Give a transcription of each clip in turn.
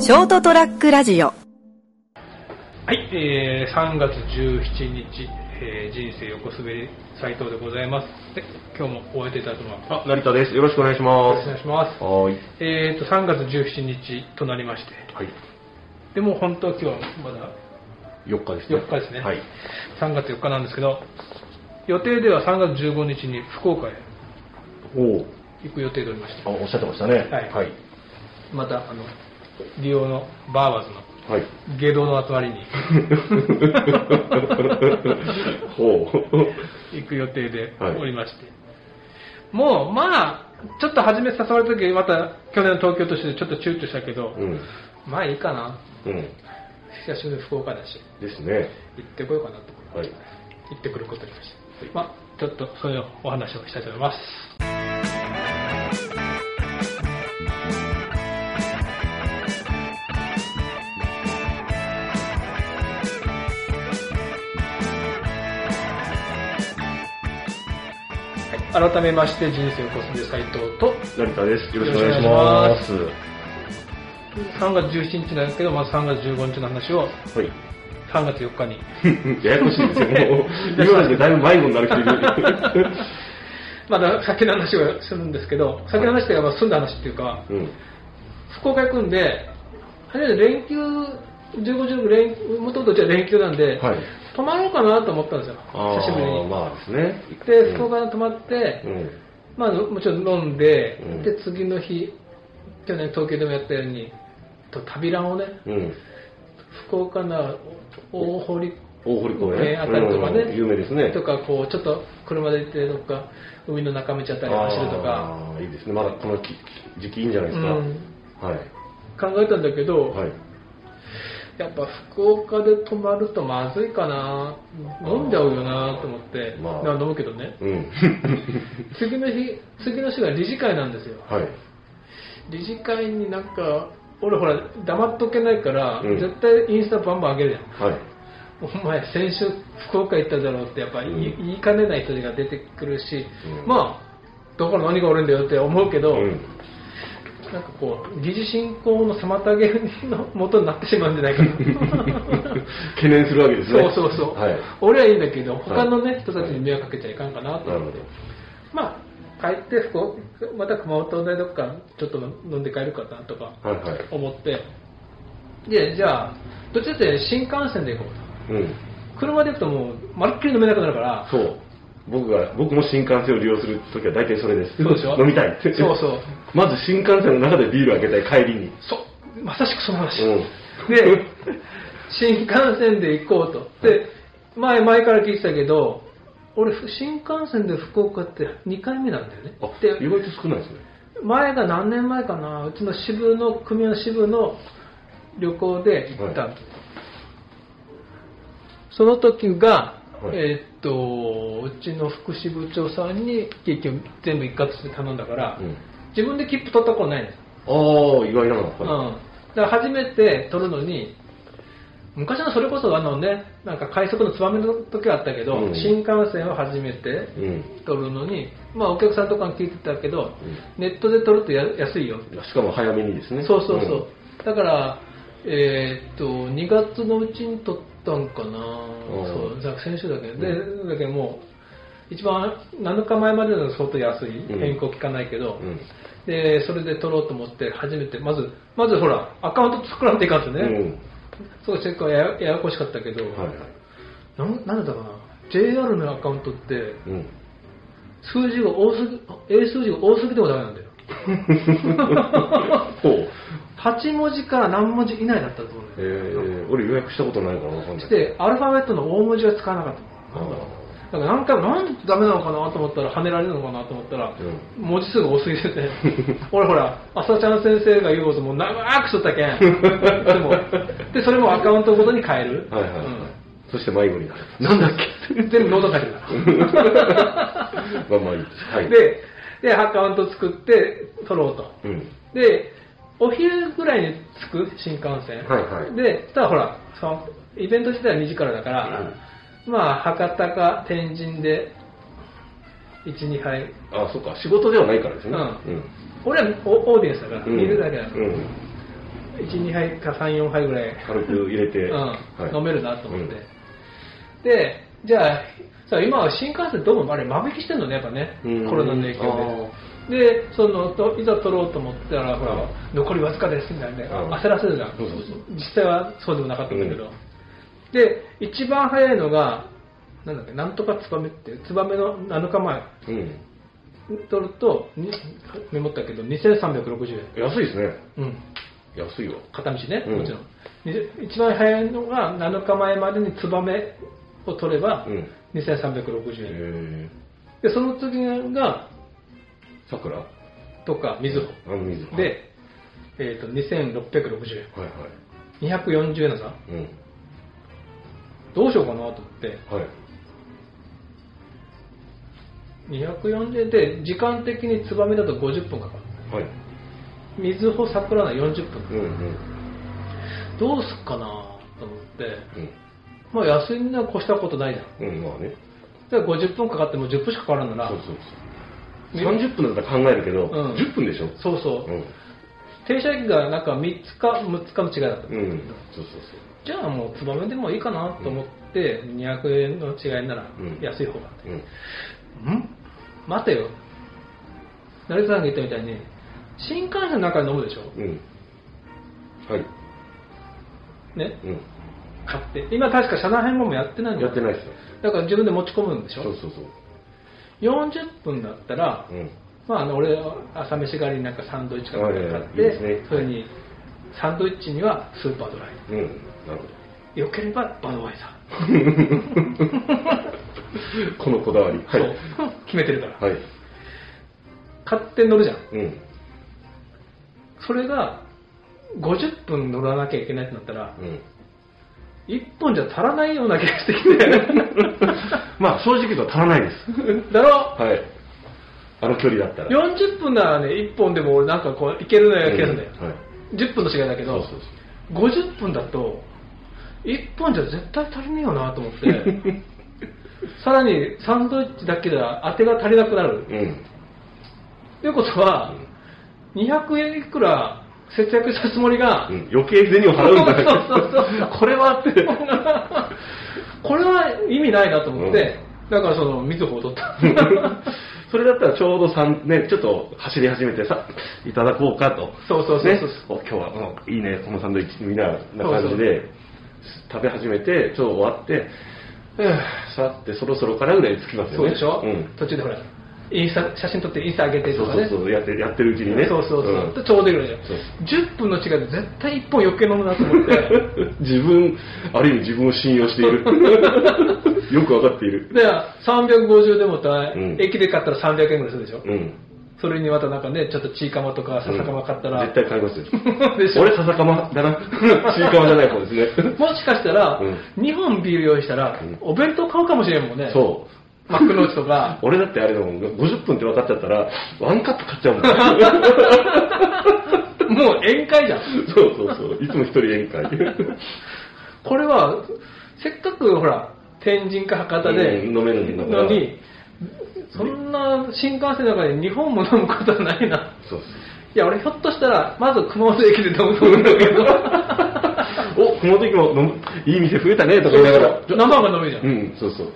ショートトラックラジオはい、えー、3月17日、えー人生横滑り斉藤でございます。で今日もお会いでいただくのは、あ、成田です。よろしくお願いしよまろしくお願いす。します。はーい。えーと、3月17日となりまして、はい。でも本当は今日はまだ4日ですね。 4日ですね、はい。 3月4日なんですけど、予定では3月15日に福岡へおお。行く予定でおりましあ、た。おっしゃってましたね。はいはい。また、あの、利用のバーバーズの はい。芸道の集まり にほ 行く予定ではいおりまして、もうまあちょっと初め誘われた時また去年の東京都市でちょっと躊躇したけど、う。うん。まあいいかなうん。久しぶりに福岡だしですね。行ってこようかなとはい。行ってくることにしました、まあちょっとそれをお話をしたいと思いますはい改めまして人生をこする斎藤と成田です。よろしくお願いします。 3月17日なんですけど、まず3月15日の話をはい。 3月4日にややこしいですよ。もう、今だけだいぶ迷子になる人いる。まだ先の話をするんですけど、先の話っていうか、まあ済んだ話っていうか、 うん。福岡行くんで、あれ連休、15、16連、もともとじゃあ連休なんで、はい。泊まろうかなと思ったんですよ、あ久しぶりーに。まあですね。で、福岡に泊まって、うん。まあ、もちろん飲んで、うんで、次の日、去年東京でもやったように、と旅ランをね、うん。福岡の大堀大堀公園。ねあたりとかねうん有名ですね。とか、こう、ちょっと車で行って、どっか、海の中道あたりを走るとか、あー。いいですね。まだこのき時期いいんじゃないうですか。ん、はい。考えたんだけど、はい。やっぱ福岡で泊まるとまずいかな飲んじゃうよなと思って、まあまあ、飲むけどねうん。 次の日次の日が理事会なんですよはい。理事会になんか俺ほら黙っとけないから、うん絶対インスタバンバン上げるやんはい。お前先週福岡行っただろうってやっぱ言い,、うん言いかねない人が出てくるし、うんまあだから何が悪いんだよって思うけど、うん。なんかこう議事進行の妨げの元になってしまうんじゃないかな 懸念するわけですそね。うそうそう、はい。俺はいいんだけど他のね、人たちに迷惑かけちゃいかんかなと、なるほど。まあ帰って福岡また熊本でどっかちょっと飲んで帰るかなとかはいはい。思ってでじゃあどっちだって新幹線で行こうとうん。車で行くともうまるっきり飲めなくなるからそう。僕が、僕も新幹線を利用するときは大体それです。そうでしょ飲みたいって。そうそう。 まず新幹線の中でビール開けたい、帰りに。そうまさしくその話、うんで新幹線で行こうとで前前から聞いてたけど俺新幹線で福岡って2回目なんだよねあ、で意外と少ないですね。前が何年前かなうちの支部の組合の支部の旅行で行った、はいその時が、はいえーっとうちの副支部長さんに結局全部一括して頼んだから、うん。自分で切符取ったことないんです、ああ、意外なうの。んはだから初めて取るのに昔のそれこそあのねなんか快速のつばめの時はあったけど、うん新幹線は初めてい。うん。取るのに、まあ、お客さんとかに聞いてたけど、うネットで取るとや安いよしかも早めにですね。そうそうそう、だから、えーっと2月のうちに取ったんかな、そうざ先週だけど、でだけどもう一番7日前までの相当安い、うん変更効かないけど、うん。でそれで取ろうと思って、初めて、まず、まずほら、アカウント作らんといかんとうね、ん。うん。そうチェックはやややこしかったけど、はいはい。なんなんだろうな、JR のアカウントって、うん。数字が多すぎ、英数字が多すぎてもダメなん だよ。ほう。 8文字から何文字以内だったと思うんえだよ。ー、俺予約したことないからわかんない。で、アルファベットの大文字は使わなかった。あだから何回もなんでダメなのかなと思ったら、跳ねられるのかなと思ったら、うん文字数が多すぎて て、俺ほら、朝ちゃん先生が言うことも長くしとったけん、でもでそれもアカウントごとに変える、ーはいはいはういん。そして迷子になる。 なんだっけ全部ノート書いてるから。まあまあいいです。 はい。でで、アカウント作って取ろうと。うん。で、お昼ぐらいに着く、新幹線。はいはいで、ただほら、そのイベント自体は2時からだから、まあ、博多か天神で1、2杯。あ、そっか。仕事ではないからですね。うん俺はオオーディエンスだから、うん見るだけだから、うん。 12杯か34杯ぐらい、軽く入れて、うんはい飲めるなと思って、うんでじゃあさ今は新幹線どうもあれ間引きしてんのねやっぱねうんコロナの影響ででそのといざ取ろうと思ったらほら、うん残りわずかですみたいなねうん焦らせるじゃん、そうそうそう実際はそうでもなかったんだけど、うんで一番早いのがなんだっけなんとかツバメってツバメの7日前うん、取るとにメモったけど2360円安いですね。うん安いわ。片道ね、うんもちろんに一番早いのが7日前までにツバメを取ればうん。 2360円、えでその次がー、さくらとかみずほあの水穂。で、えー、と2660円はいは240円のさい。うん。どうしようかなと思ってはい。 240円で時間的にツバメだと50分かかるはい。みずほ桜菜40分かかうるんうん。どうすっかなと思ってうん。まあ安いには越したことないじゃんうん、まあね。だから50分かかっても10分しかかからんならそうそうそう。30分だったら考えるけうど、ん10分でしょそうそう、うん。停車駅がなんか3つか6つかの違いだった、うん。そうそうじゃあもうツバメでもいいかなと思って、200円の違いならうん安い方が、そう。うん。うん、待てよ成田さんが言ったみたいに新幹線の中で飲むでしょうん。はい。ねうん。買って今確か車内変更もやってないんだやよってないですよ。だから自分で持ち込むんでしそょうそうそう。 40分だったら、うん。まあ、あの俺朝飯代わりになんかサンドイッチかなんか買って、はいはいはいいいですねそれにサンドイッチにはスーパードライうん。なるほよければバドワイザど。 このこだわり。ー、 はい。そう決めてるから、はい。買って乗るじゃんうん。それが50分乗らなきゃいけないってなったらうん。 1本じゃ足らないような気がしてきて まあ、正直言うと足らないです。だろはい。あの距離だったら。 40分ならね1本でも俺なんかこういけるのような気がするんだよ、うんはい。 10分の違いだけそうどそうそう。 50分だと1本じゃ絶対足りねえよなと思ってさらにサンドイッチだけじゃ当てが足りなくなるうん。ということは200円いくら節約したつもりが、うん余計銭を払うんじゃなくて。そうそうそうこれはってこれは意味ないなと思って、だからそのみずほを取った それだったらちょうど3、ね、ちょっと走り始めてさ、いただこうかと。そうそうそうそう、ね、お今日は、うんいいね、このサンドイッチ、みんな、な感じで、食べ始めて、ちょっと終わって、ふぅさて、そろそろからぐらいつきますよそね。うでしょ、うん。途中でほらインスタ写真撮ってインスタ上げてとそうかそねうそう、やってやってるうちにね。そうそうそううんでちょうどいいぐらいじそうゃん10分の違いで絶対1本余計飲むなと思って自分、ある意味自分を信用してい る。よくわかっている。で350でもた、うん駅で買ったら300円ぐらいするでしょ、うん。それにまたなんかねちょっとちいかまとかささかま買ったら、絶対買いますよ。 でしょ俺、笹かまだな。 ちいかまじゃない方ですね。もしかしたら、うん2本ビール用意したら、うんお弁当買うかもしれんもんね。そう。。幕の内とか 俺だってあれだもん、50分って分かっちゃったら、ワンカップ買っちゃうも ん。もう宴会じゃん。そうそうそう。いつも一人宴会。これは、せっかくほら、天神か博多で、うん飲めるんだからのに、そんな新幹線の中で日本も飲むことはないな。そういや、俺ひょっとしたら、まず熊本駅で飲むと思うんだけ ど。そう。お、この時も飲む、いい店増えたねとか言いながら。生が飲めるじゃ。うんん、そうそう。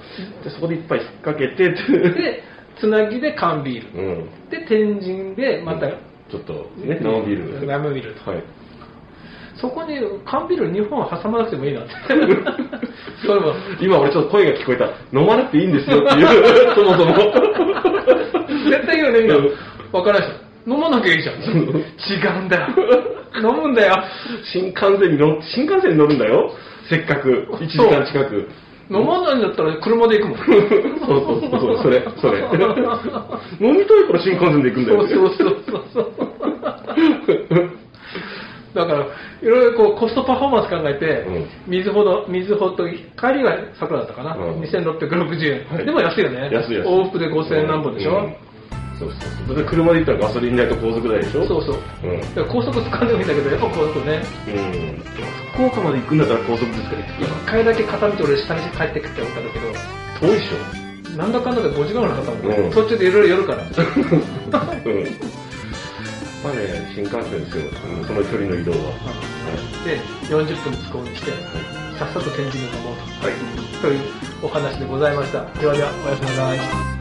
で、そこで一杯引っ掛けて、で、つなぎで缶ビール。うん。で、天神でまた、ちょっと、ね、生ビール。生ビールと。はい。そこに缶ビール2本挟まなくてもいいな って。そういえば、今俺ちょっと声が聞こえた。飲まなくていいんですよっていう、 そもそも。絶対言うね、みんな。わからない人。飲まなきゃいいじゃん。違うんだよ。飲むんだよ。新幹線に乗、新幹線に乗るんだよ。せっかく。1時間近く。飲まないんだったら車で行くもん。そうそうそうそう、それ、それ。飲みたいから新幹線で行くんだそよ、うね。そうそうそう。だから、いろいろこうコストパフォーマンス考えて、水ほど、水ほど、帰りが桜だったかな。うん2660円、はいでも安いよね。安い安い。往復で5000円何本でしょ。うんそうそうそう。だって車で行ったらガソリン代と高速代でしょそうそう。うん。うん。だから高速使うんでもいいんだけど、やっぱ高速ね。福岡まで行くんだから高速ですから行くか一回だけ片道俺下道帰ってくって思ったんだけど、ら。遠いっしなんだかんだで5時間ぐらいかかったもんね、うん途中でいろいろ寄るから。ょ。うん。まあね、新幹線ですよ、うんその距離の移動は。で40分使うにしてさっさと天神に飲もうはい。はいとというお話でございましたではではおやすみなさいは